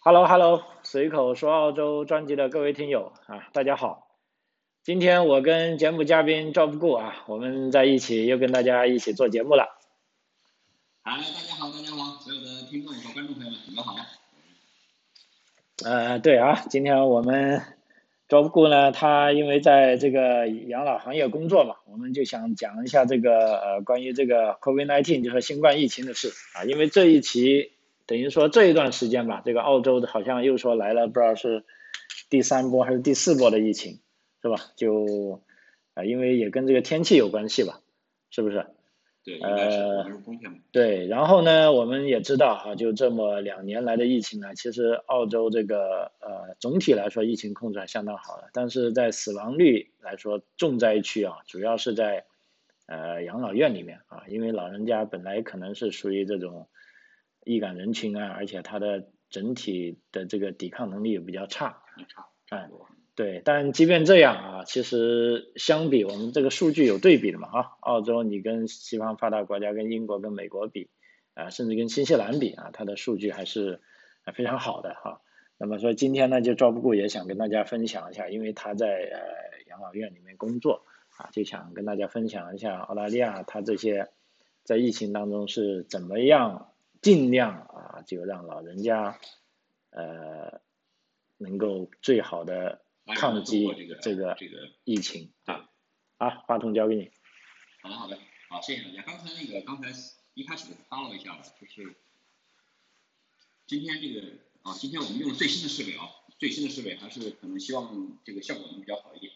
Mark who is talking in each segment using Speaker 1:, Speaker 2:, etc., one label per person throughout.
Speaker 1: Hello Hello，随口说澳洲专辑的各位听友啊，大家好。今天我跟节目嘉宾赵不顾啊，我们在一起又跟大家一起做节目了。
Speaker 2: 嗨，大家好，大家好，所有的听众和观众朋友们，你们好。
Speaker 1: 呃，对啊，今天我们赵不顾呢，他因为在这个养老行业工作嘛，我们就想讲一下这个呃关于这个 COVID-19 就是新冠疫情的事啊，因为这一期等于说这一段时间吧，这个澳洲好像又说来了，不知道是第三波还是第四波的疫情，是吧？就啊、呃因为也跟这个天气有关系吧，是不是？
Speaker 2: 对，应该是
Speaker 1: 呃
Speaker 2: 我们是风险嘛。
Speaker 1: 对，然后呢，我们也知道啊，就这么两年来的疫情呢，其实澳洲这个呃总体来说疫情控制还相当好了，但是在死亡率来说，重灾区啊，主要是在呃养老院里面啊，因为老人家本来可能是属于这种易感人群啊，而且他的整体的这个抵抗能力也比较差，
Speaker 2: 也差
Speaker 1: 哎
Speaker 2: 差不多。
Speaker 1: 对，但即便这样啊，其实相比我们这个数据有对比的嘛啊，澳洲你跟西方发达国家、跟英国、跟美国比，啊，甚至跟新西兰比啊，它的数据还是啊非常好的哈、那么说今天呢，就赵不顾也想跟大家分享一下，因为他在呃养老院里面工作啊，就想跟大家分享一下澳大利亚它这些在疫情当中是怎么样尽量啊，就让老人家呃能够最好的
Speaker 2: 来我
Speaker 1: 抗
Speaker 2: 们通
Speaker 1: 击
Speaker 2: 过这个
Speaker 1: 这个
Speaker 2: 这个，
Speaker 1: 疫情
Speaker 2: 对
Speaker 1: 啊啊，话筒交给你。
Speaker 2: 好的好的，好，谢谢大家。刚才那个刚才一开始 follow 一下吧，就是今天这个啊，今天我们用了最新的设备啊，最新的设备还是可能希望这个效果能比较好一点。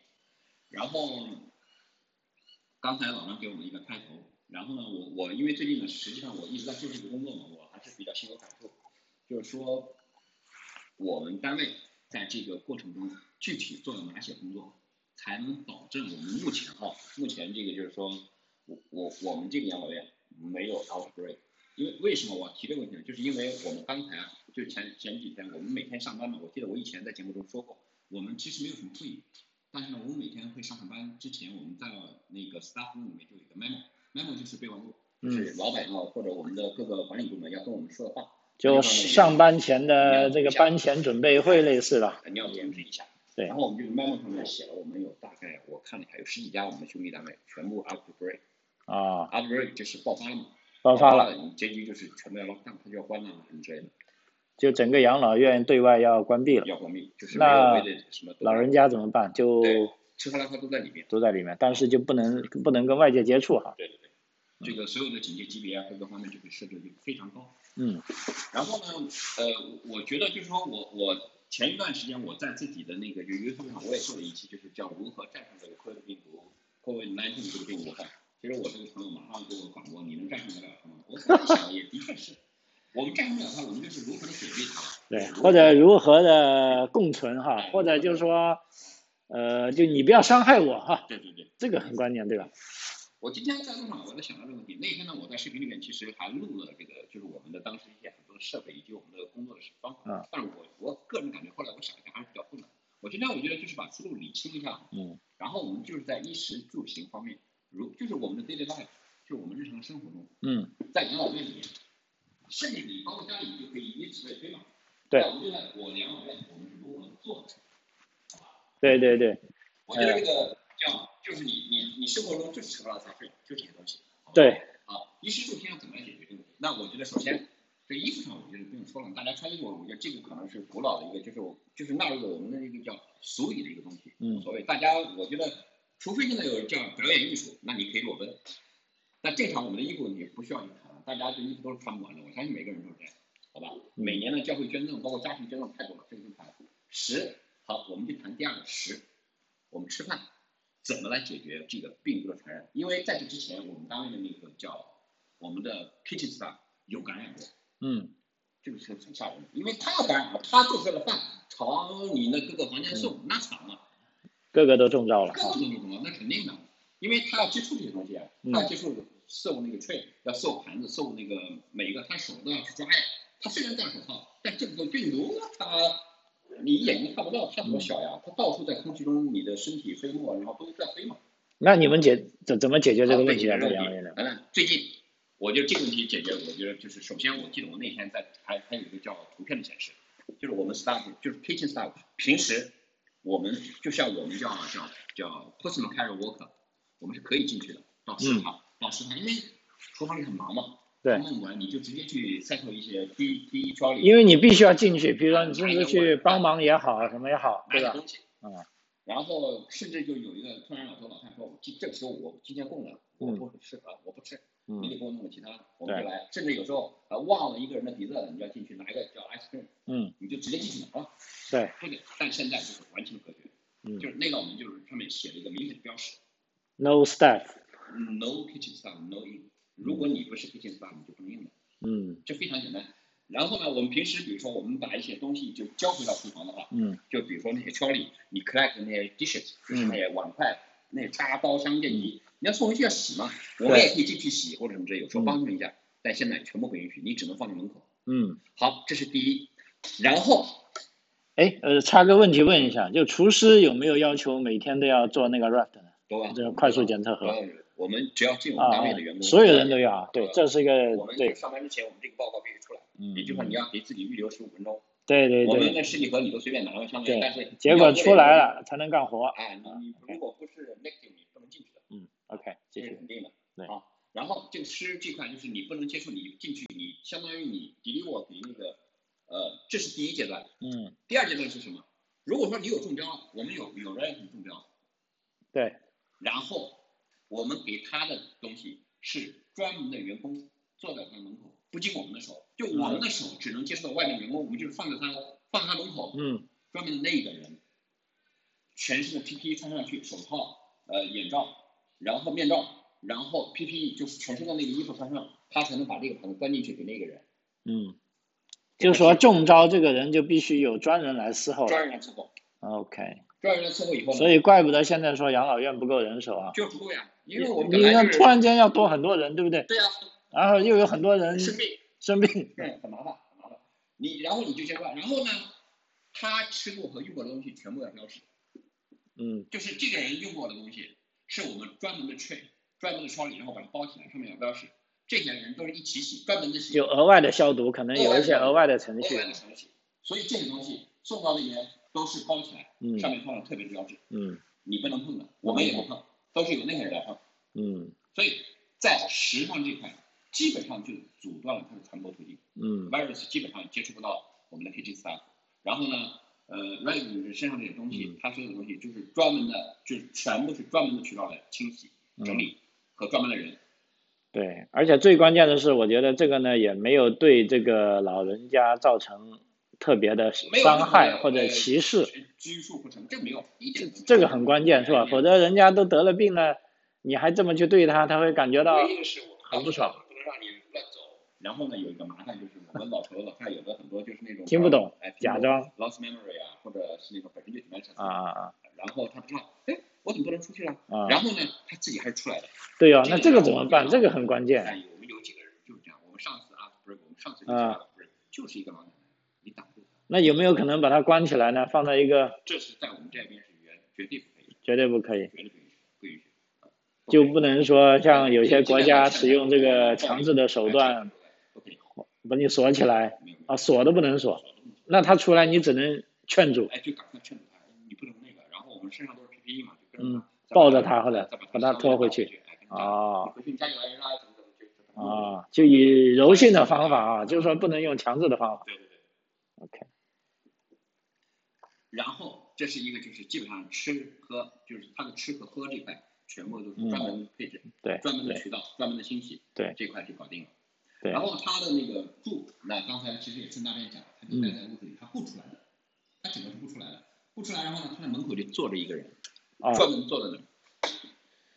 Speaker 2: 然后刚才老张给我们一个开头，然后呢，我我因为最近呢，实际上我一直在做这个工作嘛，我还是比较心有感触，就是说我们单位在这个过程中具体做了哪些工作，才能保证我们目前哈、目前这个就是说我我我们这个养老院没有 outbreak。因为为什么我提这个问题呢？就是因为我们刚才啊，就前前几天我们每天上班嘛，我记得我以前在节目中说过，我们其实没有什么会议，但是呢，我们每天会上上班之前，我们在那个 staff room 里面就有一个 memo，memo 就是备忘录，就是老板啊或者我们的各个管理部门要跟我们说的话，
Speaker 1: 就上班前的这个
Speaker 2: 你要
Speaker 1: 班前准备会类似的，
Speaker 2: 肯定要研制一下。
Speaker 1: 对
Speaker 2: 然后我们这个 memo 上面写了，我们有大概我看了一下，有十几家我们的兄弟单位全部 outbreak，outbreak
Speaker 1: 啊，
Speaker 2: 就是爆发了嘛，
Speaker 1: 爆发了，
Speaker 2: 了，你结局就是全部要 lock down，它就要关了什么之类的，
Speaker 1: 就整个养老院对外要关闭了，
Speaker 2: 要关闭，就是没
Speaker 1: 那
Speaker 2: 有为了什么都
Speaker 1: 老人家怎么办？就
Speaker 2: 对吃喝拉撒都在里面。
Speaker 1: 都在里面，但是就不能不能跟外界接触哈。
Speaker 2: 对对对，这个所有的警戒级别啊，各个方面就会设置就非常高。
Speaker 1: 嗯
Speaker 2: 然后呢，呃，我觉得就是说我我前一段时间我在自己的那个就 YouTube 上我也做了一期，就是叫如何战胜这个 COVID 病毒 COVID 1 9这个病毒哈。其实我这个朋友马上给我反驳，你能战胜得了它吗？我后来想也的确是，我们战胜不了它，我们就是如何的解决它。
Speaker 1: 对，或者如何的共存哈，或者就是说，呃，就你不要伤害我哈，
Speaker 2: 对对对，
Speaker 1: 这个很关键，对吧？
Speaker 2: 我今天在路上我在想到这个问题。那天呢，我在视频里面其实还录了这个，就是我们的当时一些很多的设备以及我们的工作的方法。
Speaker 1: 嗯
Speaker 2: 但是我我个人感觉，后来我想一下还是比较困难。我今天我觉得就是把思路理清一下，
Speaker 1: 嗯
Speaker 2: 然后我们就是在衣食住行方面，如就是我们的 daily life，就是我们日常生活中，
Speaker 1: 嗯，
Speaker 2: 在养老院里面，甚至你包括家里你就可以以此类推嘛。
Speaker 1: 对
Speaker 2: 那我们就在我养老院，我们是如何做的？
Speaker 1: 对对对
Speaker 2: 我觉得这个
Speaker 1: 哎
Speaker 2: 叫就是你你你生活中就是吃不到菜睡，就这些东西。好吧
Speaker 1: 对，
Speaker 2: 好，衣食住行要怎么来解决这个问题？那我觉得首先这衣服上，我觉得不用说了，大家穿衣服，我觉得这个可能是古老的一个，就是我就是纳入了我们的一个叫俗语的一个东西，无
Speaker 1: 嗯
Speaker 2: 所谓。大家我觉得，除非现在有叫表演艺术，那你可以裸奔。那正常我们的衣服你不需要去谈了，大家这衣服都是穿不完的，我相信每个人都是这样，好吧？每年的教会捐赠，包括家庭捐赠太多了，这个就谈食。好，我们就谈第二个食，我们吃饭怎么来解决这个病毒的传染？因为在这之前，我们单位的那个叫我们的 kitchen staff 有感染过，
Speaker 1: 嗯
Speaker 2: 这个是很吓人的，因为他要感染了，他做出来的饭朝你的各个房间送，那惨了。
Speaker 1: 各个都中招了
Speaker 2: 各种
Speaker 1: 哈。
Speaker 2: 种种，那肯定的，因为他要接触这些东西啊，
Speaker 1: 嗯
Speaker 2: 他要接触受那个 tray，要受盘子，受那个每一个，他手都要去抓呀。他虽然戴手套，但这个病毒它你眼睛看不到，它多小呀，它到处在空气中，你的身体飞沫，然后都在飞嘛。
Speaker 1: 那你们解怎怎么解决这个问题啊？
Speaker 2: 啊
Speaker 1: 这
Speaker 2: 对
Speaker 1: 两个人，
Speaker 2: 当然，最近我觉得这个问题解决，我觉得就是首先，我记得我那天在还还有一个叫图片的显示，就是我们 staff，就是 kitchen staff，平时我们就像我们叫叫叫 personal carry worker，我们是可以进去的，到食堂、到食堂，因为厨房里很忙嘛，
Speaker 1: 嗯对
Speaker 2: 他们完你就直接去 settle 一些第一第一圈里
Speaker 1: 因为你必须要进去，比如说你甚至去帮忙也好，什么也好，
Speaker 2: 买
Speaker 1: 对
Speaker 2: 点
Speaker 1: 吧？
Speaker 2: 东西，
Speaker 1: 嗯，
Speaker 2: 然后甚至就有一个突然老头老太说，今这个时候我今天供了，我不适合，我不吃，你
Speaker 1: 嗯
Speaker 2: 得给我弄个其他的，我们就来，甚至有时候呃忘了一个人的鼻子了，你就要进去拿一个叫 ice cream，
Speaker 1: 嗯，
Speaker 2: 你就直接进去拿了。
Speaker 1: 对，
Speaker 2: 这个，但现在就是完全隔绝，
Speaker 1: 嗯
Speaker 2: 就是那个我们就是上面写了一个明显的标识
Speaker 1: ，no staff，
Speaker 2: ，no kitchen staff no in。如果你不是 kitchen staff，你就不能用的，
Speaker 1: 嗯
Speaker 2: 这非常简单。然后呢，我们平时比如说我们把一些东西就交回到厨房的话，
Speaker 1: 嗯
Speaker 2: 就比如说那些 trolley，你 collect 的那些 dishes，就是那些碗筷、那些叉刀、
Speaker 1: 嗯
Speaker 2: 相见你你要送回去要洗嘛，我们也可以进去洗或者什么之类，有时候帮他们一下，但现在全部不允许，你只能放在门口。
Speaker 1: 嗯，
Speaker 2: 好，这是第一。然后
Speaker 1: 哎，呃，插个问题问一下，就厨师有没有要求每天都要做那个 raft 呢？
Speaker 2: 都要
Speaker 1: 这个快速检测盒
Speaker 2: 都要我们只要进我们呃单
Speaker 1: 啊
Speaker 2: 位的员，工，
Speaker 1: 所有人都要啊，对，
Speaker 2: 呃
Speaker 1: 这是一个
Speaker 2: 我们
Speaker 1: 对，
Speaker 2: 上班之前，我们这个报告必须出来，
Speaker 1: 嗯，
Speaker 2: 也就是说你要给自己预留十五分钟。
Speaker 1: 对对
Speaker 2: 我们
Speaker 1: 对，
Speaker 2: 的试剂盒你都随便拿了，相当
Speaker 1: 对
Speaker 2: 于但是
Speaker 1: 结
Speaker 2: 你要
Speaker 1: 果
Speaker 2: 做
Speaker 1: 出来
Speaker 2: 这个，
Speaker 1: 了才啊能干活，
Speaker 2: 哎，你你如果不是 negative，你不能进去的。
Speaker 1: 嗯，OK，继
Speaker 2: 这是
Speaker 1: 续，
Speaker 2: 肯定的。
Speaker 1: 对
Speaker 2: 啊，然后这个吃这块就是你不能接触，你进去你相当于你 deliver 给那个，呃，这是第一阶段。
Speaker 1: 嗯，
Speaker 2: 第二阶段是什么？如果说你有中标，我们有有人很中标，
Speaker 1: 对，
Speaker 2: 然后我们给他的东西是专门的员工坐在他门口，不经我们的手，就我们的手只能接触到外面员工，我们就是放在他放在他门口，
Speaker 1: 嗯
Speaker 2: 专门的那个人，全身的 PPE 穿上去，手套、呃眼罩，然后面罩，然后 PPE 就是全身的那个衣服穿上，他才能把这个盘子端进去给那个人。
Speaker 1: 嗯，就是说中招这个人就必须有专人来伺候了
Speaker 2: 专人来伺候，
Speaker 1: ，OK，
Speaker 2: 专人来伺候以后呢，
Speaker 1: 所以怪不得现在说养老院不够人手啊。
Speaker 2: 就不够呀，因
Speaker 1: 你
Speaker 2: 为我们
Speaker 1: 你
Speaker 2: 本来
Speaker 1: 要
Speaker 2: 就是
Speaker 1: 突然间要多很多人，对不对？
Speaker 2: 对呀、啊
Speaker 1: 然后又有很多人
Speaker 2: 生病，
Speaker 1: 生病，
Speaker 2: 对，很麻烦，很麻烦。你然后你就接怪，然后呢，他吃过和用过的东西全部要标识，
Speaker 1: 嗯
Speaker 2: 就是这个人用过的东西是我们专门的 tray，专门的超里，然后把它包起来，上面有标识。这些人都是一起洗，专门的洗。
Speaker 1: 有额外的消毒，可能有一些额外的程
Speaker 2: 欧
Speaker 1: 序
Speaker 2: 元，的程序，所以这些东西送到那边都是包起来，
Speaker 1: 嗯
Speaker 2: 上面放上特别的标志，
Speaker 1: 嗯
Speaker 2: 你不能碰的，我们也不碰，都是由那些人来碰。
Speaker 1: 嗯
Speaker 2: 所以在时尚这块，基本上就阻断了它的传播途径
Speaker 1: 嗯
Speaker 2: ，virus 基本上接触不到我们的 kitchen staff。然后呢，呃 r e v e n 身上这些东西
Speaker 1: 嗯，
Speaker 2: 它所有的东西就是专门的，就是全部是专门的渠道来清洗、整
Speaker 1: 嗯，
Speaker 2: 理和专门的人。
Speaker 1: 对，而且最关键的是，我觉得这个呢也没有对这个老人家造成特别的
Speaker 2: 没有
Speaker 1: 伤害
Speaker 2: 任何
Speaker 1: 或者
Speaker 2: 的
Speaker 1: 歧视，
Speaker 2: 拘束或什么，这个没有一
Speaker 1: 这
Speaker 2: 点都没有。
Speaker 1: 这个很关键是吧？
Speaker 2: 对
Speaker 1: 否则人家都得了病了，你还这么去对他，他会感觉到
Speaker 2: 唯一的是我们
Speaker 1: 很不爽，
Speaker 2: 不能让你乱走。然后呢，有一个麻烦就是我们老头老太有的很多就是那种
Speaker 1: 听不懂
Speaker 2: 哎，
Speaker 1: 假装
Speaker 2: lost memory 啊，或者是那种本身就挺难想象
Speaker 1: 啊啊啊
Speaker 2: 然后他不知道，哎，我怎么不能出去了？
Speaker 1: 啊，
Speaker 2: 然后呢，他自己还是出来的。
Speaker 1: 对哦，那这个怎么办？这个很关键，
Speaker 2: 但我们有几个人就是这样，我们上次啊，不是我们上次就讲了，不是就是一个老奶奶，你挡不住她。
Speaker 1: 那有没有可能把它关起来呢？放在一个
Speaker 2: 这是在我们这边是绝绝对不可以，
Speaker 1: 绝对不可以。
Speaker 2: 绝对不允许，不允许。啊
Speaker 1: 就
Speaker 2: 可以
Speaker 1: 不能说像有些国家使用这个强制的手段，
Speaker 2: 不可以，
Speaker 1: 把你锁起来
Speaker 2: 没有没有
Speaker 1: 啊，锁都不能锁。那他出来你只能劝阻，
Speaker 2: 哎，就赶快劝阻他，你不能那个。然后我们身上都是 PPE 嘛，就跟
Speaker 1: 嗯
Speaker 2: 着他，
Speaker 1: 抱着
Speaker 2: 着
Speaker 1: 他后来
Speaker 2: 再把
Speaker 1: 把他拖回
Speaker 2: 回
Speaker 1: 去。
Speaker 2: 哎跟他讲
Speaker 1: 啊
Speaker 2: 你回去你家里来人啦，怎么怎么就就把他弄回去
Speaker 1: 啊，就以柔性的方法啊，就是说不能用强制的方法。
Speaker 2: 对对对。
Speaker 1: OK，
Speaker 2: 然后这是一个就是基本上吃喝，就是他的吃和喝这块，全部都是专门配置、
Speaker 1: 对
Speaker 2: 专门
Speaker 1: 嗯
Speaker 2: 的
Speaker 1: 对
Speaker 2: 渠道、专门的清洗，
Speaker 1: 对
Speaker 2: 这块就搞定了。
Speaker 1: 对
Speaker 2: 然后他的那个住，那刚才其实也顺大便讲了，他就
Speaker 1: 嗯
Speaker 2: 待在屋子里，他不出来了，他整个是不出来了，不出来，然后呢，他在门口就坐着一个人，
Speaker 1: 啊，
Speaker 2: 专门坐在那儿。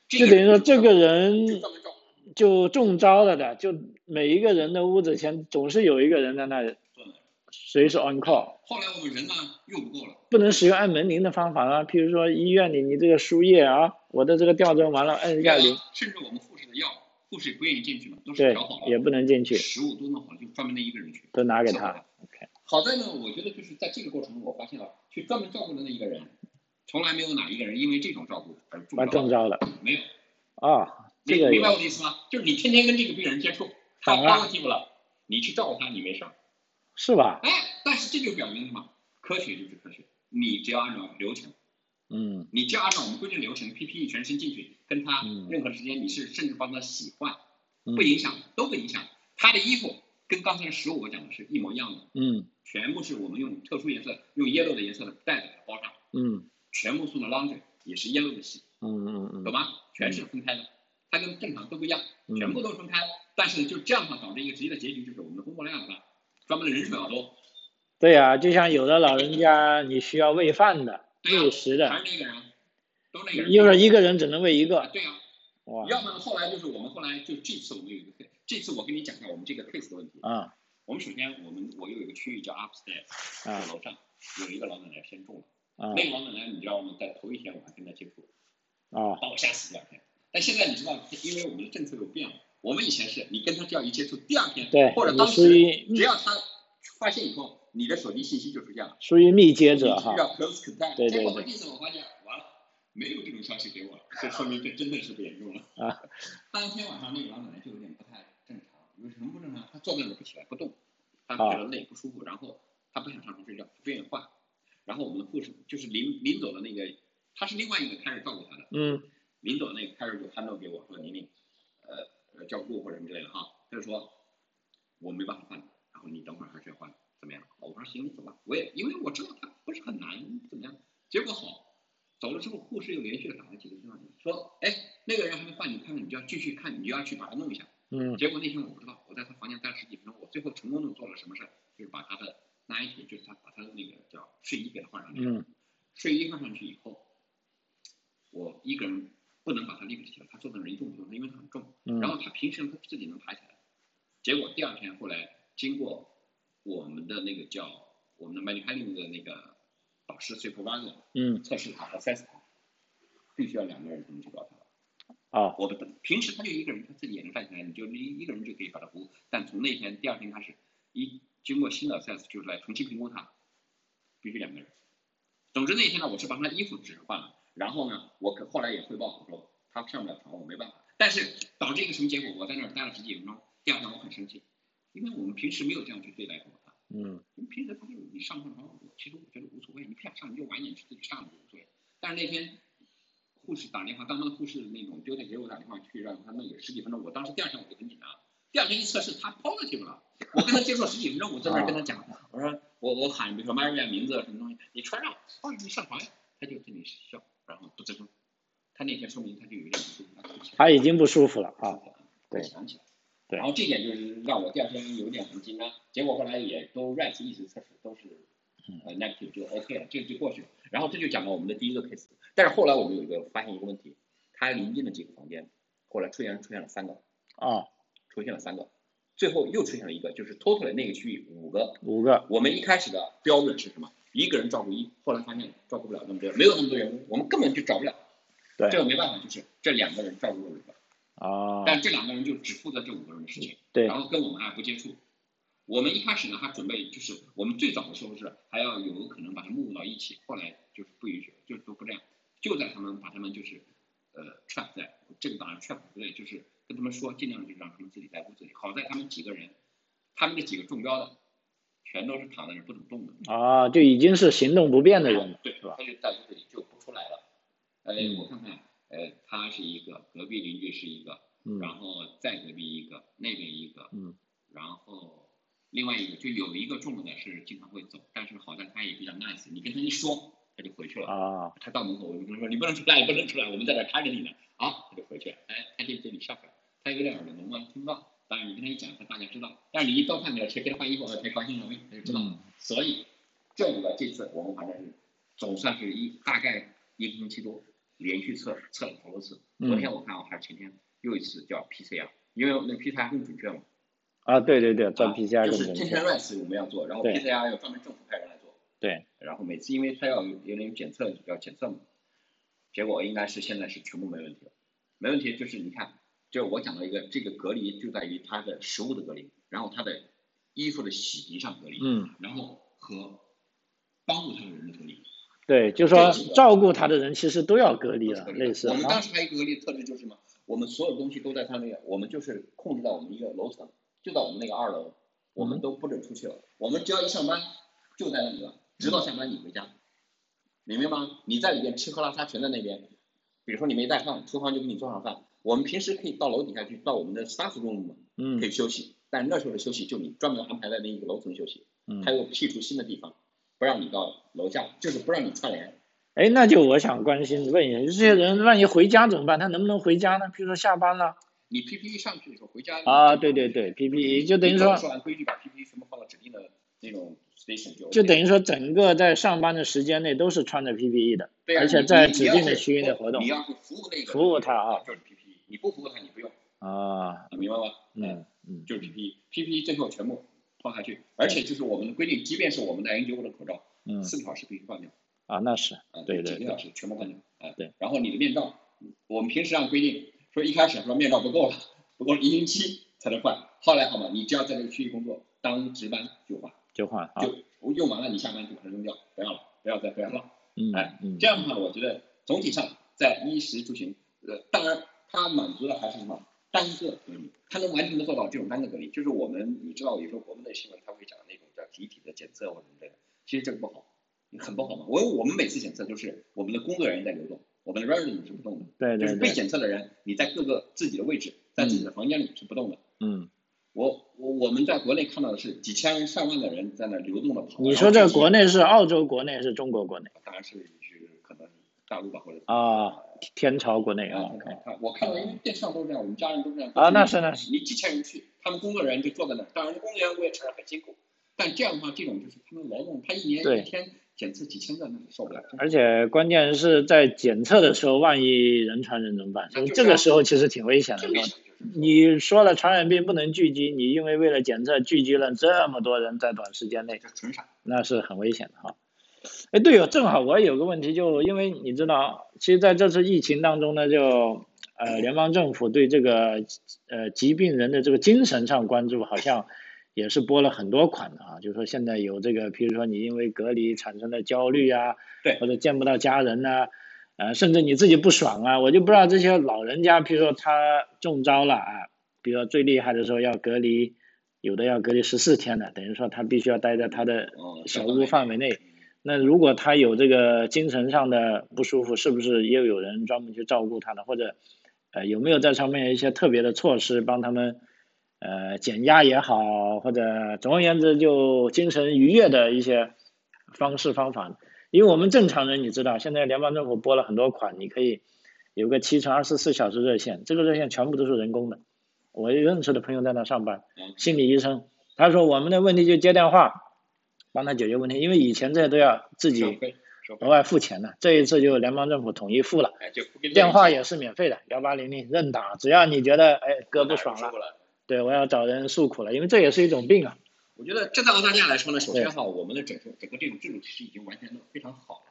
Speaker 1: 就等于说这个嗯
Speaker 2: 就
Speaker 1: 人
Speaker 2: 专门照顾
Speaker 1: 就中招了的，就每一个人的屋子前总是有一个人在那里
Speaker 2: 坐在那儿。
Speaker 1: 随时 on call，
Speaker 2: 后来我们人呢又不够了，
Speaker 1: 不能使用按门铃的方法啊，譬如说医院里你这个输液啊，我的这个吊针完了按一下铃，
Speaker 2: 甚至我们护士的药，护士也不愿意进去嘛，都是
Speaker 1: 对
Speaker 2: 调好，了，
Speaker 1: 也不能进去。
Speaker 2: 食物都弄好了，就专门那一个人去。
Speaker 1: 都拿给
Speaker 2: 照
Speaker 1: 他
Speaker 2: 顾。
Speaker 1: OK，
Speaker 2: 好在呢，我觉得就是在这个过程中，我发现了，去专门照顾的那一个人，从来没有哪一个人因为这种照顾而中
Speaker 1: 把中
Speaker 2: 招，
Speaker 1: 招了
Speaker 2: 没有。
Speaker 1: 啊、
Speaker 2: 你
Speaker 1: 这个
Speaker 2: 明白
Speaker 1: 也
Speaker 2: 我的意思吗？就是你天天跟这个病人接触，他
Speaker 1: 好啊
Speaker 2: 发 p o s 了，你去照顾他，你没事儿。
Speaker 1: 是吧？
Speaker 2: 哎，但是这就表明什么？科学就是科学，你只要按照流程，
Speaker 1: 嗯
Speaker 2: 你只要按照我们规定流程，PPE 全身进去，跟他
Speaker 1: 嗯
Speaker 2: 任何时间，你是甚至帮他洗换，
Speaker 1: 嗯
Speaker 2: 不影响，都不影响。他的衣服跟刚才的食物我讲的是一模一样的，
Speaker 1: 嗯
Speaker 2: 全部是我们用特殊颜色，用 yellow 的颜色的袋子给它包上，
Speaker 1: 嗯
Speaker 2: 全部送到 laundry 也是 yellow 的洗，
Speaker 1: 嗯嗯
Speaker 2: 懂
Speaker 1: 嗯
Speaker 2: 吗？全是分开的，它跟正常都不一样，
Speaker 1: 嗯，
Speaker 2: 全部都是分开。但是就这样的话，导致一个直接的结局就是我们的工作量大，专门的人手要多，
Speaker 1: 对呀、就像有的老人家你需要喂饭的、
Speaker 2: 对呀
Speaker 1: 喂食
Speaker 2: 还
Speaker 1: 的，
Speaker 2: 是那个人，都那个人。
Speaker 1: 就是一个人只能喂一
Speaker 2: 啊
Speaker 1: 个，
Speaker 2: 对呀、
Speaker 1: 哇
Speaker 2: 要么后来就是我们后来就这次我们有一个 case，这次我跟你讲一下我们这个 case 的问题。
Speaker 1: 啊
Speaker 2: 我们首先我们我有一个区域叫 upstairs，
Speaker 1: 啊
Speaker 2: 就楼上有一个老奶奶生中了，
Speaker 1: 啊
Speaker 2: 那个老奶奶你知道我们在头一天晚上跟她接触，
Speaker 1: 啊
Speaker 2: 把我吓死第二天。但现在你知道，因为我们的政策有变了，我们以前是你跟她只要一接触，第二天
Speaker 1: 对
Speaker 2: 或者
Speaker 1: 你
Speaker 2: 当
Speaker 1: 属
Speaker 2: 时
Speaker 1: 于
Speaker 2: 只要她发现以后，你的手机信息就出现了，
Speaker 1: 属于密接
Speaker 2: 你需
Speaker 1: 者哈，
Speaker 2: 要 close contact。
Speaker 1: 对对
Speaker 2: 结果
Speaker 1: 对
Speaker 2: 这次我发现完了，没有这种消息给我了，这说明这真的是不严重了。
Speaker 1: 啊，
Speaker 2: 当天晚上那个老奶奶就有点不太正常，有什么不正常？她坐在那儿不起来不动，她觉得累不舒服，然后她不想上床睡觉，不愿意换。然后我们的护士就是临临走的那个，她是另外一个开始照顾她的，
Speaker 1: 嗯
Speaker 2: 临走的那个开始就 handle 给我说宁宁，呃呃照顾或者什么之类的哈，她就说我没办法换，然后你等会儿还是要换，怎么样？我说行，走吧，我也因为我知道她不是很难，怎么样？结果好。走了之后，护士又连续地打了几个电话，说：“哎，那个人还没换，你看看，你就要继续看，你就要去把他弄一下。”
Speaker 1: 嗯
Speaker 2: 结果那天我不知道，我在他房间待了十几分钟，我最后成功的做了什么事儿？就是把他的 Nike，就是他把他的那个叫睡衣给他换上去。
Speaker 1: 嗯
Speaker 2: 睡衣换上去以后，我一个人不能把他立起来，他坐在那儿一动不动，因为他很重。然
Speaker 1: 嗯
Speaker 2: 后他平时他自己能爬起来，结果第二天后来经过我们的那个叫我们的 m a n u f a c t u r i n g 的那个导师 supervisor
Speaker 1: 嗯
Speaker 2: 测试他和 assess 他，必须要两个人才能去搞他。
Speaker 1: 哦
Speaker 2: 我的平时他就一个人，他自己也能站起来，你就一一个人就可以把他服务。但从那天第二天开始，一经过新的 assess 就是来重新评估他，必须两个人。总之那天呢，我是把他的衣服只是换了，然后呢，我可后来也汇报我说他上不了床，我没办法。但是导致一个什么结果？我在那儿待了十几分钟，第二天我很生气，因为我们平时没有这样去对待过他。
Speaker 1: 嗯
Speaker 2: 因为平时他就是你上不上床，我其实我觉得无所谓，你不想上你就晚一点去自己上就无所谓。但是那天护士打电话，当他的护士那种 duty 给我打电话去让他弄个十几分钟，我当时第二天我就很紧张，第二天一测试他 positive 了，我跟他接触了十几分钟，我在那儿跟他讲，我说我我喊比如说 Maria 名字什么东西，你穿上，哦你上床呀，他就对你笑，然后不吱声。他那天说明他就有点不舒服，他吐气了。
Speaker 1: 他已经不舒服了啊，对
Speaker 2: 对，想起来。
Speaker 1: 对
Speaker 2: 然后这点就是让我第二天有点很紧张，结果后来也都 RAS 一直测试都是
Speaker 1: 嗯
Speaker 2: 呃 negative 就 OK 了，这就过去了。然后这就讲到我们的第一个 case，但是后来我们有一个发现一个问题，它临近的几个房间后来出现出现了三个，
Speaker 1: 哦
Speaker 2: 出现了三个，最后又出现了一个，就是 total 那个区域五个。
Speaker 1: 五个
Speaker 2: 我们一开始的标准是什么？一个人照顾一，后来发现照顾不了那么多，没有那么多员工，我们根本就找不了。
Speaker 1: 对
Speaker 2: 这个没办法，就是这两个人照顾了五个，
Speaker 1: 啊
Speaker 2: 但这两个人就只负责这五个人的事情。
Speaker 1: 对
Speaker 2: 然后跟我们还不接触。我们一开始呢，还准备就是我们最早的时候是还要有可能把它们募到一起，后来就是不允许，就是都不这样，就在他们把他们就是呃 trap 在这个当然 trap 不对，就是跟他们说尽量就让他们自己在屋子里。好在他们几个人，他们这几个中标的全都是躺在那儿不怎么动的，
Speaker 1: 啊就已经是行动不便的人了，
Speaker 2: 对，
Speaker 1: 是吧
Speaker 2: 他就在屋子里就不出来了。呃，
Speaker 1: 嗯
Speaker 2: 我看看，呃，他是一个隔壁邻居是一个，
Speaker 1: 嗯
Speaker 2: 然后再隔壁一个，那边一个，
Speaker 1: 嗯
Speaker 2: 然后另外一个就有一个重的是经常会走，但是好在他也比较 nice，你跟他一说他就回去了。
Speaker 1: 啊
Speaker 2: 他到门口，我就跟他说你不能出来，不能出来，我们在这儿看着你呢。啊，他就回去了。哎，他就这里上来，他有点耳聋嘛，听不到。当然你跟他一讲，他大概知道。但是你一多看点，谁给他换衣服，他高兴了，他就知道。
Speaker 1: 嗯
Speaker 2: 所以这个这次我们嗯反正是总算是一大概一个星期多连续测测了好多次。昨天我看我还是前天又一次叫 PCR，因为那 PCR 更准确嘛。
Speaker 1: 啊对对对，做
Speaker 2: 啊
Speaker 1: PCR
Speaker 2: 就
Speaker 1: 更
Speaker 2: 是
Speaker 1: 准
Speaker 2: 这
Speaker 1: 确
Speaker 2: 些，rights 我们要做，然后
Speaker 1: 对
Speaker 2: PCR 要专门政府派人来做。
Speaker 1: 对。
Speaker 2: 然后每次因为它要有有点检测要检测嘛，结果应该是现在是全部没问题了，没问题就是你看，就是我讲到一个这个隔离就在于它的食物的隔离，然后它的衣服的洗涤上隔离，
Speaker 1: 嗯
Speaker 2: 然后和帮助他的人的隔离。
Speaker 1: 对，就说照顾他的人其实都要隔离了，类似
Speaker 2: 我们当
Speaker 1: 啊
Speaker 2: 时还有一个隔离的特质就是什么？我们所有东西都在它那个，我们就是
Speaker 1: 嗯
Speaker 2: 控制到我们一个楼层，就在我们那个二楼，我们都不准出去了。我们只要一上班，就在那里了，直到下班你回家，明白吗？你在里边吃喝拉撒全在那边，比如说你没带饭，厨房就给你做上饭。我们平时可以到楼底下去，到我们的 staff room 可
Speaker 1: 嗯
Speaker 2: 以休息，但那时候的休息就你专门安排在那一个楼层休息，
Speaker 1: 嗯
Speaker 2: 它。又辟出新的地方，不让你到楼下，就是不让你串联。
Speaker 1: 哎，那就我想关心问一下，这些人万一回家怎么办？他能不能回家呢？譬如说下班了
Speaker 2: 你 PPE 上去的时候回家
Speaker 1: 啊，对对对，PPE 就等于
Speaker 2: 你早
Speaker 1: 说
Speaker 2: 上，按规矩把 PPE 全部放到指定的那种 station 就 OK
Speaker 1: 就等于说整个在上班的时间内都是穿着 PPE 的，
Speaker 2: 对啊
Speaker 1: 而且
Speaker 2: 你
Speaker 1: 在
Speaker 2: 你
Speaker 1: 指
Speaker 2: 你要
Speaker 1: 定的
Speaker 2: 是
Speaker 1: 区域内
Speaker 2: 不
Speaker 1: 活动
Speaker 2: 你要是服务那个
Speaker 1: 服务他啊，
Speaker 2: 就是 PPE，你不服务他你不用，
Speaker 1: 啊，
Speaker 2: 你明白吗？
Speaker 1: 嗯嗯
Speaker 2: 就是 PPE，PPE 最后全部抛下去，而且就是我们的规定，即便是我们的 N95 的口罩，
Speaker 1: 嗯
Speaker 2: 四个小时必须换掉，
Speaker 1: 啊，那是
Speaker 2: 啊，
Speaker 1: 对对
Speaker 2: 几个小时全部换掉，啊，
Speaker 1: 对。
Speaker 2: 然后你的面罩，我们平时按规定说一开始说面罩不够了，不够一星期才能换，后来好嘛，你只要在这个区域工作，当值班就换，
Speaker 1: 就换啊，
Speaker 2: 就用完了你下班就把它扔掉，不要了，不要再不要了。
Speaker 1: 嗯
Speaker 2: 哎
Speaker 1: 嗯
Speaker 2: 这样的话，我觉得总体上在衣食住行，呃，当然它满足的还是什么单个隔离，它能完全的做到这种单个隔离，就是我们你知道，有时候国内的新闻它会讲那种叫集体的检测或者什么之类的，其实这个不好，很不好嘛。我我们每次检测就是我们的工作人员在流动，我们的 resident 是不动的，
Speaker 1: 对
Speaker 2: 就是
Speaker 1: 对
Speaker 2: 被
Speaker 1: 对，
Speaker 2: 检测的人你在各个自己的位置，在自己的房间里是不动的。
Speaker 1: 嗯，
Speaker 2: 我我我们在国内看到的是几千人上万的人在那流动的跑。
Speaker 1: 你说这
Speaker 2: 然后
Speaker 1: 国内是澳洲国内是中国国内
Speaker 2: 当然是是可能大陆吧或者
Speaker 1: 啊，天朝国内
Speaker 2: 啊
Speaker 1: 啊，
Speaker 2: 很好看，我看到因为电视上都是这样，我们家人都这样
Speaker 1: 啊那是那
Speaker 2: 是。你几千人去，他们工作人员就坐在那儿，当然工作人员我也承认很辛苦，但这样的话，这种就是他们劳动，他一年
Speaker 1: 对
Speaker 2: 一天检测几千个，那是受不了。
Speaker 1: 而且关键是在检测的时候，万一人传人怎么办？所以这个时候其实挺危险的
Speaker 2: 啊这。个就是
Speaker 1: 你说了传染病不能聚集，你因为为了检测聚集了这么多人在短时间内，
Speaker 2: 这纯傻。
Speaker 1: 那是很危险的哈。哎，对哦，正好我有个问题，就因为你知道，其实在这次疫情当中呢，就呃联邦政府对这个呃疾病人的这个精神上关注，好像也是拨了很多款的啊。就是说现在有这个，譬如说你因为隔离产生的焦虑啊，
Speaker 2: 对
Speaker 1: 或者见不到家人呐、呃，甚至你自己不爽啊，我就不知道这些老人家，譬如说他中招了啊，比如说最厉害的时候要隔离，有的要隔离十四天的，等于说他必须要待在他的
Speaker 2: 哦，
Speaker 1: 小屋范围内。那如果他有这个精神上的不舒服，是不是也有人专门去照顾他呢？或者，呃，有没有在上面有一些特别的措施帮他们，呃，减压也好，或者总而言之就精神愉悦的一些方式方法呢？因为我们正常人，你知道，现在联邦政府拨了很多款，你可以有个七乘二十四小时热线，这个热线全部都是人工的。我认识的朋友在那上班，
Speaker 2: 嗯
Speaker 1: 心理医生，他说我们的问题就接电话，帮他解决问题，因为以前这些都要自
Speaker 2: 收
Speaker 1: 己
Speaker 2: 费，收费
Speaker 1: 额外付钱的，这一次就联邦政府统一付了，
Speaker 2: 哎，就不跟
Speaker 1: 电话也是免费的，幺八零零任打，只要你觉得哎哥不爽了，
Speaker 2: 了。
Speaker 1: 对我要找人诉苦了，因为这也是一种病啊，
Speaker 2: 我觉得这在澳大利亚来说呢，首先哈，我们的整个整个这种制度其实已经完善的非常好了。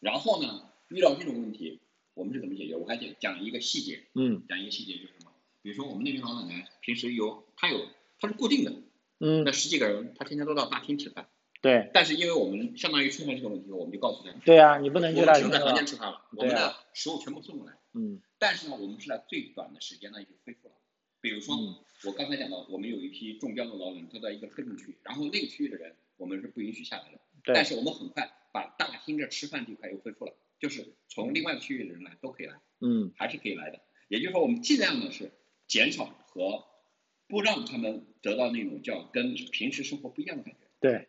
Speaker 2: 然后呢，遇到这种问题，我们是怎么解决？我还讲讲一个细节，
Speaker 1: 嗯
Speaker 2: 讲一个细节就是什么？比如说我们那边老奶奶平时有，她有，她是固定的，
Speaker 1: 嗯
Speaker 2: 那十几个人，她天天都到大厅吃饭。
Speaker 1: 对
Speaker 2: 但是因为我们相当于出现这个问题，我们就告诉她，
Speaker 1: 对啊，你不能
Speaker 2: 我
Speaker 1: 去
Speaker 2: 们
Speaker 1: 大
Speaker 2: 只
Speaker 1: 厅
Speaker 2: 能在
Speaker 1: 了
Speaker 2: 房，间吃饭了，我
Speaker 1: 对啊
Speaker 2: 们的食物全部送过来。
Speaker 1: 嗯
Speaker 2: 但是呢，我们是在最短的时间内就恢复了。比如说，
Speaker 1: 嗯
Speaker 2: 我刚才讲到，我们有一批中标的老人，他在一个特定区，然后那个区域的人，我们是不允许下来的。
Speaker 1: 对
Speaker 2: 但是我们很快把大厅这吃饭这块又恢复了，就是从另外区域的人来都可以来，
Speaker 1: 嗯
Speaker 2: 还是可以来的。也就是说，我们尽量的是减少和不让他们得到那种叫跟平时生活不一样的感觉。
Speaker 1: 对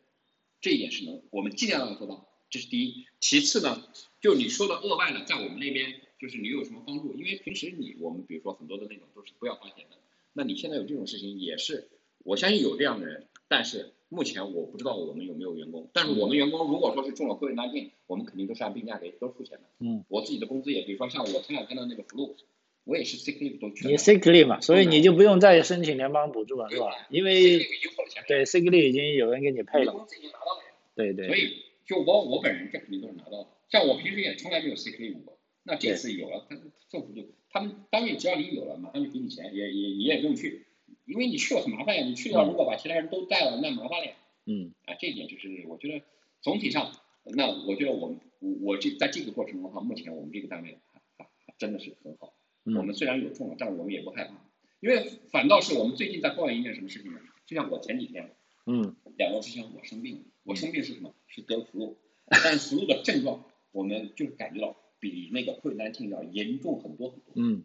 Speaker 2: 这一点是能，我们尽量要做到，这是第一。其次呢，就你说的额外呢，在我们那边就是你有什么帮助？因为平时你我们比如说很多的那种都是不要花钱的，那你现在有这种事情也是，我相信有这样的人，但是目前我不知道我们有没有员工，但是我们员工如果说是中了 COVID 1我们肯定都是按病假给都是付钱的。
Speaker 1: 嗯，
Speaker 2: 我自己的工资也，比如说像我前两天的那个 flu，我也是 sick leave 都全
Speaker 1: 你
Speaker 2: 拿
Speaker 1: sick leave
Speaker 2: 嗯
Speaker 1: 嘛，所以你就不用再申请联邦补助了是吧？因
Speaker 2: sick
Speaker 1: 为
Speaker 2: leave 已经付了钱了，
Speaker 1: 对 sick leave 已经有人给你配
Speaker 2: 我的
Speaker 1: 了，
Speaker 2: 工资已经拿到了呀。
Speaker 1: 对
Speaker 2: 嗯所
Speaker 1: 对
Speaker 2: 以就包括我本人，这肯定都是拿到的。像我平时也从来没有 CK 用过，那这次有了，他政府就他们单位只要你有了，马上就给你钱，也也你也不用去，因为你去了很麻烦呀。你去了
Speaker 1: 嗯
Speaker 2: 如果把其他人都带了，那麻烦了呀。
Speaker 1: 嗯
Speaker 2: 啊，这一点就是我觉得总体上，那我觉得我们我我这在这个过程中哈，目前我们这个单位还还还真的是很好。我
Speaker 1: 嗯
Speaker 2: 们虽然有中了，但是我们也不害怕，因为反倒是我们最近在抱怨一件什么事情呢？就像我前几天
Speaker 1: 嗯
Speaker 2: 两周之前我生病了，我生病是什么？是得服务，但是服务的症状我们就是感觉到比那个 COVID-19 要严重很多很多，
Speaker 1: 嗯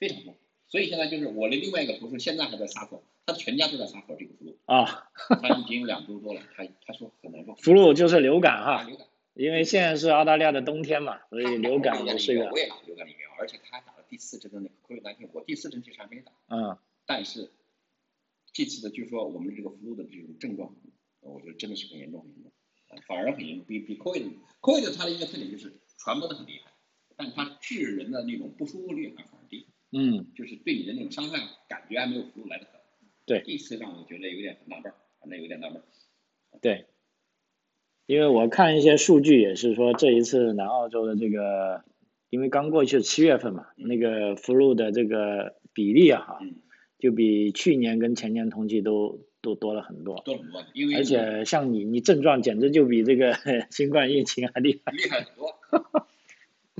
Speaker 2: 非常多。所以现在就是我的另外一个同事现在还在撒谎，他全家都在撒谎这个 服务，
Speaker 1: 啊，
Speaker 2: 他已经两周多了，他他说很难受，
Speaker 1: flu 就是流感
Speaker 2: 他
Speaker 1: 哈，
Speaker 2: 流感，
Speaker 1: 因为现在是澳大利亚的冬天嘛，啊所
Speaker 2: 他
Speaker 1: 以流感也是一个
Speaker 2: 我也打流感疫苗，而且他还打了第四针的那个 COVID-19，我第四针其实还没打，
Speaker 1: 嗯
Speaker 2: 但是这次的就是说我们这个 flu 的这种症状，呃我觉得真的是很严重很严重，呃反而很严重，比比 COVID COVID 它的一个特点就是传播的很厉害，但它致人的那种不舒服率还反而低，
Speaker 1: 嗯
Speaker 2: 就是对你的那种伤害感觉还没有 flu 来的狠。
Speaker 1: 对
Speaker 2: 这次让我觉得有点很纳闷儿，反正有点纳闷儿。
Speaker 1: 对，因为我看一些数据也是说这一次南澳洲的这个，因为刚过去的七月份嘛，那个 flu 的这个比例啊哈，
Speaker 2: 嗯，
Speaker 1: 就比去年跟前年同期都都多了很多，
Speaker 2: 多了很多，因为
Speaker 1: 而且像你你症状简直就比这个 新冠疫情还厉害，
Speaker 2: 厉害很多。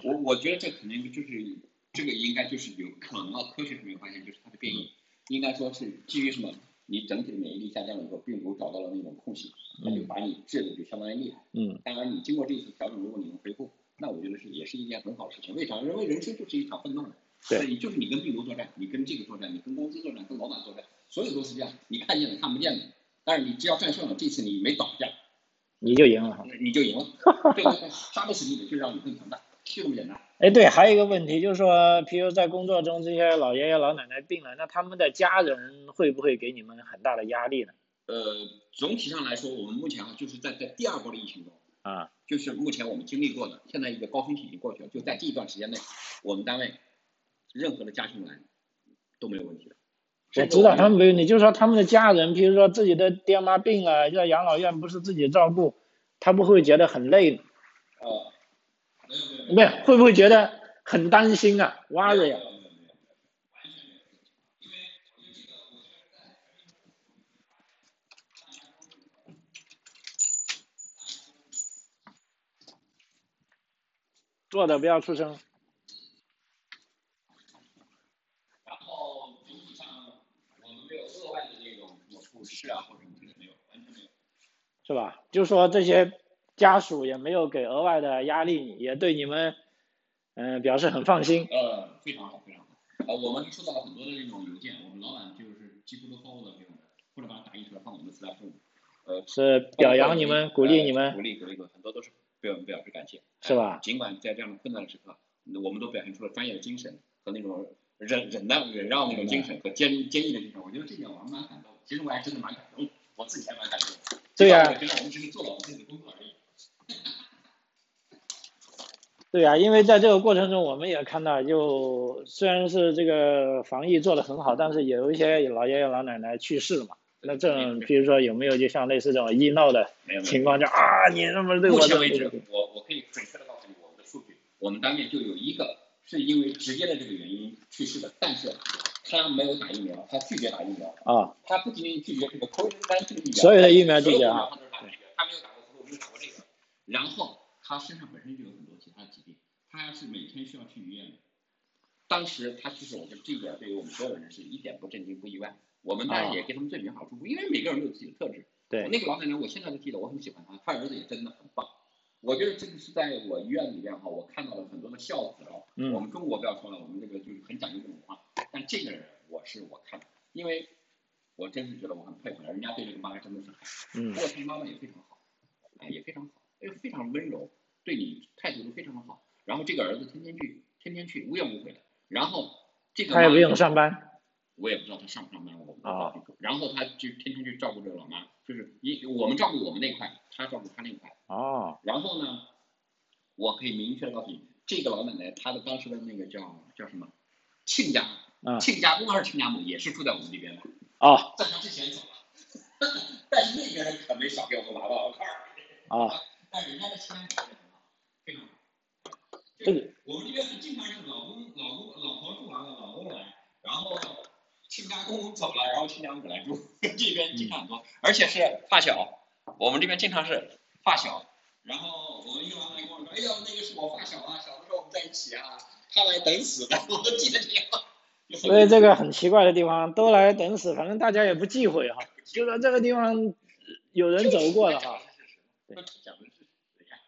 Speaker 2: 我我觉得这肯定就是这个应该就是有可能啊，科学上面发现就是它的变异，应该说是基于什么？你整体的免疫力下降了以后，病毒找到了那种空隙，它就把你治的就相当于厉害。
Speaker 1: 嗯
Speaker 2: 当然，你经过这一次调整，如果你能恢复，那我觉得是也是一件很好的事情。为啥？因为人生就是一场奋斗嘛。
Speaker 1: 对
Speaker 2: 所以就是你跟病毒作战，你跟这个作战，你跟公司作战，跟老板作战，所有都是这样，你看见的看不见的。但是你只要战胜了，这次你没倒下，
Speaker 1: 你就赢了哈。
Speaker 2: 你就赢 了。对对对，杀不死你的，就让你更强大，就这么简单。
Speaker 1: 哎，对，还有一个问题就是说，譬如在工作中，这些老爷爷老奶奶病了，那他们的家人会不会给你们很大的压力呢？
Speaker 2: 呃，总体上来说，我们目前啊，就是在在第二波的疫情中，
Speaker 1: 啊，
Speaker 2: 就是目前我们经历过的，现在一个高峰期已经过去了，就在这一段时间内，我们单位任何的家庭来都没有问题的。
Speaker 1: 我
Speaker 2: 甚至
Speaker 1: 知道
Speaker 2: 们
Speaker 1: 他们没有，你就说他们的家人，譬如说自己的爹妈病了，在养老院不是自己照顾，他们会觉得很累，
Speaker 2: 呃，没有没有
Speaker 1: 没有，会不会觉得很担心啊
Speaker 2: 没有没有没有没有没有完全没有，因为我觉得在全民公
Speaker 1: ？worry
Speaker 2: 布
Speaker 1: 啊？坐着不要出声。
Speaker 2: 然后整体上我们没有额外的那种什么不适啊或者什么之类的没有，完全没有。
Speaker 1: 是吧？就说这些家属也没有给额外的压力你，也对你们嗯、呃表示很放心。
Speaker 2: 呃，非常好，非常好。呃，我们还收到了很多的这种邮件，我们老板就是几乎都 follow 了这种的，或者把它打印出来放我们的四大数。呃，
Speaker 1: 是表扬你们，鼓励你
Speaker 2: 呃
Speaker 1: 们，
Speaker 2: 鼓励鼓励鼓励，很多都是对我们表示感谢，啊
Speaker 1: 是吧？
Speaker 2: 尽管在这样的困难的时刻，我们都表现出了专业的精神和那种呃忍忍耐、忍让那种精神和坚坚毅的精神。我觉得这点我还蛮感动的，其实我还真的蛮感动的，我自己还蛮感动的。
Speaker 1: 对呀
Speaker 2: 我觉得我们只是做了我们自己的工作而已。
Speaker 1: 对呀、因为在这个过程中，我们也看到，就虽然是这个防疫做得很好，但是也有一些老爷爷老奶奶去世了嘛。那这
Speaker 2: 嗯
Speaker 1: 种，比如说有没有就像类似这种医闹的
Speaker 2: 没有没有。
Speaker 1: 情况，就啊，你那么对
Speaker 2: 目
Speaker 1: 我
Speaker 2: 前
Speaker 1: 怎
Speaker 2: 为止
Speaker 1: 么？，
Speaker 2: 我我可以准确的告诉你我们的数据，我们单位就有一个是因为直接的这个原因去世的，但是他没有打疫苗，他拒绝打疫苗，
Speaker 1: 啊，
Speaker 2: 他不仅仅拒绝这个 COVID-19 疫苗，
Speaker 1: 所有的疫苗拒绝
Speaker 2: 所有的疫苗
Speaker 1: 啊
Speaker 2: 他都是打这个，他没有打过 flu，没有打过这个，然后他身上本身就有很多其他的疾病，他要是每天需要去医院的。当时他去世，我觉得这一点对于我们所有人是一点不震惊不意外。我们当然也给他们最美好祝福，因为每个人都有自己的特质。我
Speaker 1: 啊对，
Speaker 2: 那个老奶奶，我现在都记得，我很喜欢她，她儿子也真的很棒。我觉得这个是在我医院里边哈，我看到了很多的孝子哦。我
Speaker 1: 嗯
Speaker 2: 们中国不要说了，我们这个就是很讲究这种文化，但这个人我是我看，因为我真是觉得我很佩服人家对这个妈妈真的是，
Speaker 1: 嗯
Speaker 2: 不过她妈妈也非常好，哎也非常好，哎非常温柔，对你态度都非常的好。然后这个儿子天天去，天天去，无怨无悔的。然后这个
Speaker 1: 他也
Speaker 2: 妈
Speaker 1: 不用上啊班，
Speaker 2: 我也不知道他上不上班，我不知道。然后他就天天去照顾这个老妈，就是一我们照顾我们那块，他照顾他那块。
Speaker 1: 哦，
Speaker 2: 然后呢，我可以明确的告诉你，这个老奶奶她的当时的那个叫叫什么亲家
Speaker 1: 嗯，
Speaker 2: 亲家公还是亲家母，也是住在我们这边的，
Speaker 1: 哦，
Speaker 2: 在他之前走了。 但是那个人可没少给我们拿到，我告诉你，
Speaker 1: 哦，
Speaker 2: 但人家的亲家母也很好，非常好。
Speaker 1: 这个
Speaker 2: 我们这边很经常是老公、老公、老婆住完了，老公来，然后亲家公公走了，然后亲家母来住，这边
Speaker 1: 嗯
Speaker 2: 经常很多，而且是发小，我们这边经常是发小。然后我们一完来跟我说，哎呦，那个是我发小啊，小的时候我们在一起啊，他来等死的，我都记得这样。就很
Speaker 1: 所以这个很奇怪的地方，都来等死，反正大家也不忌讳哈，就说这个地方有人走过了哈，，对
Speaker 2: 那讲的是谁呀？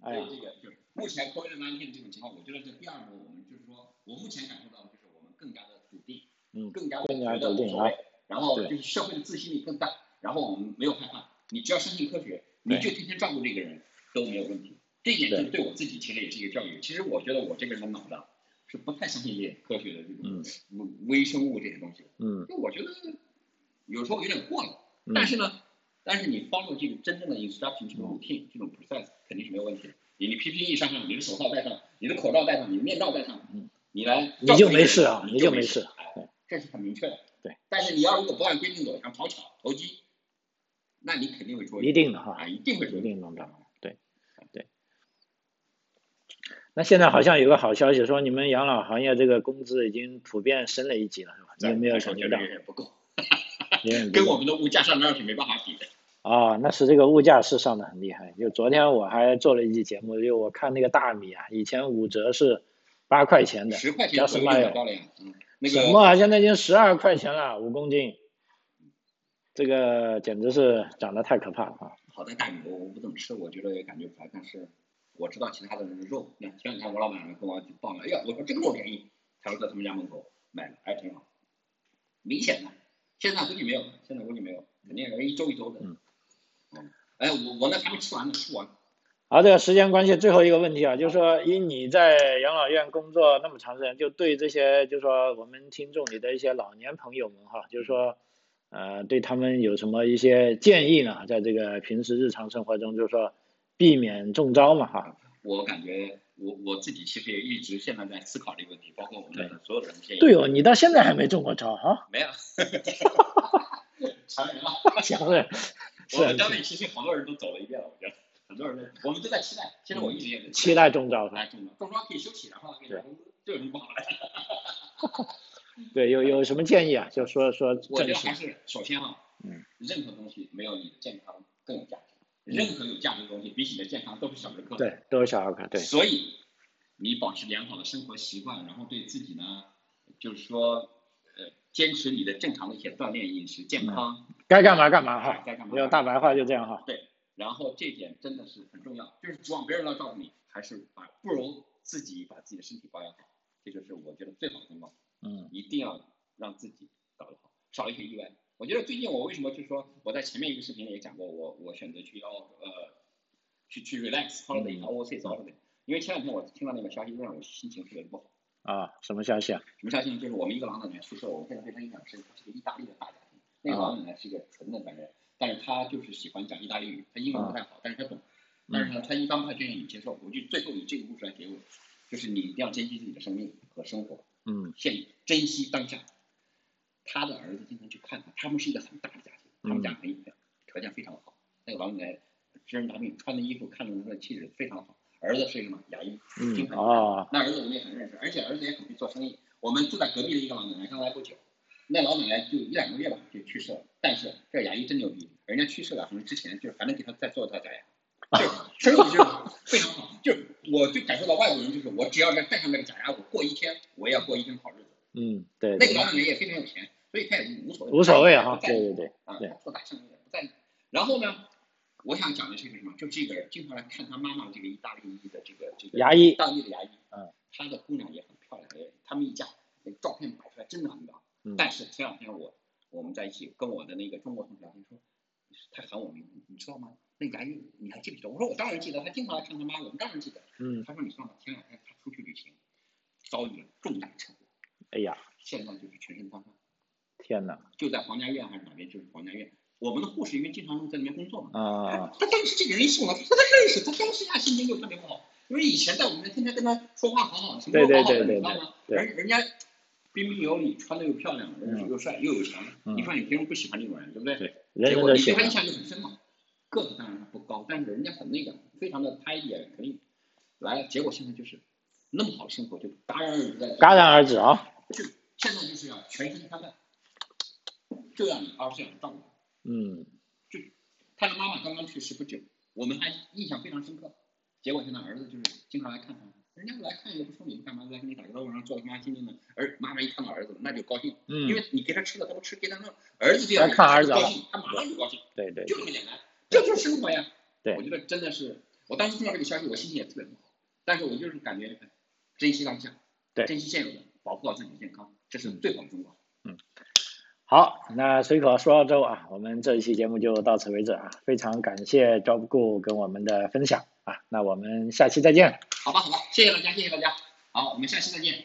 Speaker 1: 哎
Speaker 2: 所
Speaker 1: 呀，
Speaker 2: 以啊这个就是目前 COVID-19 这种情况，我觉得这第二个，我们就是说，我目前感受到的就是我们更加的笃定，
Speaker 1: 嗯，
Speaker 2: 更加的
Speaker 1: 更加
Speaker 2: 觉得
Speaker 1: 笃
Speaker 2: 无
Speaker 1: 定
Speaker 2: 所谓
Speaker 1: 啊，
Speaker 2: 然后
Speaker 1: 对
Speaker 2: 就是社会的自信力更大，然后我们没有害怕，你只要相信科学，你
Speaker 1: 对
Speaker 2: 就天天照顾这个人都没有问题。这一点就对我自己其实也是一个教育。其实我觉得我这个人脑子啊是不太相信这些科学的这种
Speaker 1: 嗯
Speaker 2: 微生物这些东西的，
Speaker 1: 嗯
Speaker 2: 就我觉得有时候有点过了。
Speaker 1: 嗯
Speaker 2: 但是呢，但是你 follow 这个真正的 instruction 这种 routine 这种 process 肯定是没有问题的。你你 PPE 上上，你的手套戴上，你的口罩戴上，你的面罩戴上
Speaker 1: 嗯，
Speaker 2: 你来
Speaker 1: 你
Speaker 2: 照
Speaker 1: 就
Speaker 2: 顾这个
Speaker 1: 没
Speaker 2: 人
Speaker 1: 事啊
Speaker 2: 你
Speaker 1: 你
Speaker 2: 就
Speaker 1: 就没
Speaker 2: 事
Speaker 1: 事。
Speaker 2: 哎这是很明确的。
Speaker 1: 对。
Speaker 2: 但是你要如果不按规定走，想讨巧投机，那你肯定会出
Speaker 1: 一定的哈
Speaker 2: 啊，，一定会出
Speaker 1: 一定能的。那现在好像有个好消息，说你们养老行业这个工资已经普遍升了一级了，是吧？你有没有
Speaker 2: 感
Speaker 1: 感
Speaker 2: 觉
Speaker 1: 觉到？
Speaker 2: 远远不够？
Speaker 1: 有点
Speaker 2: 跟我们的物价上面是没办法比的。
Speaker 1: 啊，那是这个物价是上的很厉害。就昨天我还做了一期节目，就我看那个大米啊，以前五折是八块钱的，
Speaker 2: 十块钱
Speaker 1: 加
Speaker 2: 左
Speaker 1: 什
Speaker 2: 右
Speaker 1: 么
Speaker 2: 买
Speaker 1: 呀？
Speaker 2: 到了呀。嗯，那
Speaker 1: 什
Speaker 2: 个
Speaker 1: 么啊？现在已经十二块钱了，五公斤，这个简直是涨得太可怕了啊！
Speaker 2: 好在大米我我不怎么吃，我觉得也感觉不出来。但是我知道其他的人的肉，那前两天我老板跟我去报了，哎呀，我说这个肉便宜，他说在他们家门口买了，哎，挺好，明显的。现在估计没有，现在估计没有，肯定人一周一周的。
Speaker 1: 嗯
Speaker 2: 嗯。哎，我我那还没吃完呢，吃完。
Speaker 1: 好，这个时间关系，最后一个问题啊，就是说，以你在养老院工作那么长时间，就对这些，就是说我们听众里的一些老年朋友们哈，就是说，呃，对他们有什么一些建议呢？在这个平时日常生活中，就是说避免中招嘛哈。
Speaker 2: 我感觉我我自己其实也一直现在在思考这个问题，包括我们
Speaker 1: 对
Speaker 2: 的所有的人建议。
Speaker 1: 对哦，你到现在还没中过招 啊？
Speaker 2: 没有。传人了。
Speaker 1: 强人，
Speaker 2: 我们
Speaker 1: 啊是啊
Speaker 2: 单位其实好多人都走了一遍了，我觉得很多人都，我们都在期待。其实我一直也在
Speaker 1: 期待中招是吧？
Speaker 2: 哎，中招，中招可以休息，然后给你
Speaker 1: 对
Speaker 2: 工资，这有什么不好的？
Speaker 1: 对，有有什么建议啊？就说说
Speaker 2: 我觉
Speaker 1: 正
Speaker 2: 得
Speaker 1: 事
Speaker 2: 还。是首先啊，
Speaker 1: 嗯，
Speaker 2: 任何东西没有你的健康更有价值，任何有价值的东西比起你的健康都是小儿科。，
Speaker 1: 对，都是小儿科，对，
Speaker 2: 所以你保持良好的生活习惯，然后对自己呢，就是说，呃，坚持你的正常的一些锻炼、饮食、健康，
Speaker 1: 嗯该干嘛干嘛哈
Speaker 2: 哎。该干嘛干嘛
Speaker 1: 有大白话就这样哈。
Speaker 2: 然后这一点真的是很重要，就是指望别人来照顾你，还是把不如自己把自己的身体保养好，这就是我觉得最好的方法。
Speaker 1: 嗯
Speaker 2: 一定要让自己搞得好，少一些意外。我觉得最近我为什么就是说，我在前面一个视频里也讲过，我我选择去要呃，去去 relax holiday
Speaker 1: 嗯
Speaker 2: overseas holiday，因为前两天我听到那个消息，让我心情特别不好。
Speaker 1: 啊，什么消息啊？
Speaker 2: 什么消息呢？就是我们一个老奶奶宿舍，我现在对她印象很深，她是个意大利的大家庭。那个老奶奶是一个纯的白人，但是她就是喜欢讲意大利语，她英文不太好，但是她懂。但
Speaker 1: 嗯
Speaker 2: 是呢，她一般不太愿意接受。我就最后以这个故事来结尾，就是你一定要珍惜自己的生命和生活。
Speaker 1: 嗯
Speaker 2: 现珍惜当下。他的儿子经常去看他，他们是一个很大的家庭，他们
Speaker 1: 嗯
Speaker 2: 家很条件非常好。那个老奶奶知人达病，穿的衣服看着她的气质非常好。儿子是什么牙医，
Speaker 1: 嗯
Speaker 2: 经常
Speaker 1: 哦，
Speaker 2: 那儿子我们也很认识，而且儿子也很会做生意。我们住在隔壁的一个老奶奶，刚来不久，那老奶奶就一两个月吧就去世了。但是这牙医真牛逼，人家去世了，可能之前就是还能给他再做他假牙，就是生意就是非常好。就是我就感受到外国人就是我只要戴上那个假牙，我过一天我也要过一天好日子。
Speaker 1: 嗯，对
Speaker 2: 那
Speaker 1: 对
Speaker 2: 个，老奶奶也非常有钱，所以她也无所谓，
Speaker 1: 无所谓哈
Speaker 2: 不。在
Speaker 1: 对对
Speaker 2: 意
Speaker 1: 对，
Speaker 2: 啊，
Speaker 1: 对
Speaker 2: 她做大生意也不在意。然后呢，我想讲的是一个什么？就这个人经常来看他妈妈的这个意大利裔的这个这个
Speaker 1: 牙医
Speaker 2: 当地的牙医，
Speaker 1: 嗯，
Speaker 2: 他的姑娘也很漂亮，也他们一家那个照片摆出来真的很棒。
Speaker 1: 嗯
Speaker 2: 但是前两天我我们在一起跟我的那个中国同事聊天说，他喊我名字，你知道吗？那牙医你还记不记得？我说我当然记得，他经常来看他妈，我们当然记得。
Speaker 1: 嗯，
Speaker 2: 他说你知道吗？前两天他出去旅行，遭遇了重大车祸，
Speaker 1: 哎呀，
Speaker 2: 现在就是全身瘫痪。
Speaker 1: 天哪，
Speaker 2: 就在皇家院还是哪边，就是皇家院。我们的护士因为经常在那边工作嘛，
Speaker 1: 啊，
Speaker 2: 他当时这个人一送来，他说他认识，他当时一下啊心情就特别不好，因为以前在我们那天天跟他说话好好的，什么
Speaker 1: 对
Speaker 2: 都
Speaker 1: 对
Speaker 2: 好好的，
Speaker 1: 对
Speaker 2: 你
Speaker 1: 对
Speaker 2: 知道吗？
Speaker 1: 对
Speaker 2: 人人家彬彬有礼，穿的又漂亮，人
Speaker 1: 嗯
Speaker 2: 又帅又有钱，
Speaker 1: 嗯
Speaker 2: 你说你凭什么不喜欢这种人，对不对？
Speaker 1: 对人
Speaker 2: 结
Speaker 1: 人
Speaker 2: 果
Speaker 1: 都
Speaker 2: 你
Speaker 1: 喜
Speaker 2: 对他
Speaker 1: 欢
Speaker 2: 印。象就很深嘛。个子当然不高，但是人家很那个，非常的拍也可以。来，结果现在就是那么好的生活就戛然而止在这里
Speaker 1: 戛然而止啊，
Speaker 2: 就现在就是要全身瘫痪，就要你二十四小时照顾他。
Speaker 1: 嗯
Speaker 2: 他的妈妈刚刚去世不久，我们还印象非常深刻。结果现在儿子就是经常来看他，人家来看也不说你们干嘛，来给你打个招呼，然后做他妈亲亲的。而妈妈一看到儿子，那就高兴，
Speaker 1: 嗯
Speaker 2: 因，为你给他吃了，他不吃，给他弄，儿子就要
Speaker 1: 来看儿子啊
Speaker 2: 高兴，他马上就高兴，
Speaker 1: 对对，
Speaker 2: 就这么简单，这就是生活呀。
Speaker 1: 对
Speaker 2: 我觉得真的是，我当时听到这个消息，我心情也特别不好，但是我就是感觉哎珍惜当下，
Speaker 1: 对嗯
Speaker 2: 珍惜现有的，保护好自己的健康，这是最好的中国。
Speaker 1: 好，那随口说澳洲啊，我们这一期节目就到此为止啊，非常感谢 Job Gu 跟我们的分享啊，那我们下期再见。
Speaker 2: 好吧，好吧，谢谢大家，谢谢大家，好，我们下期再见。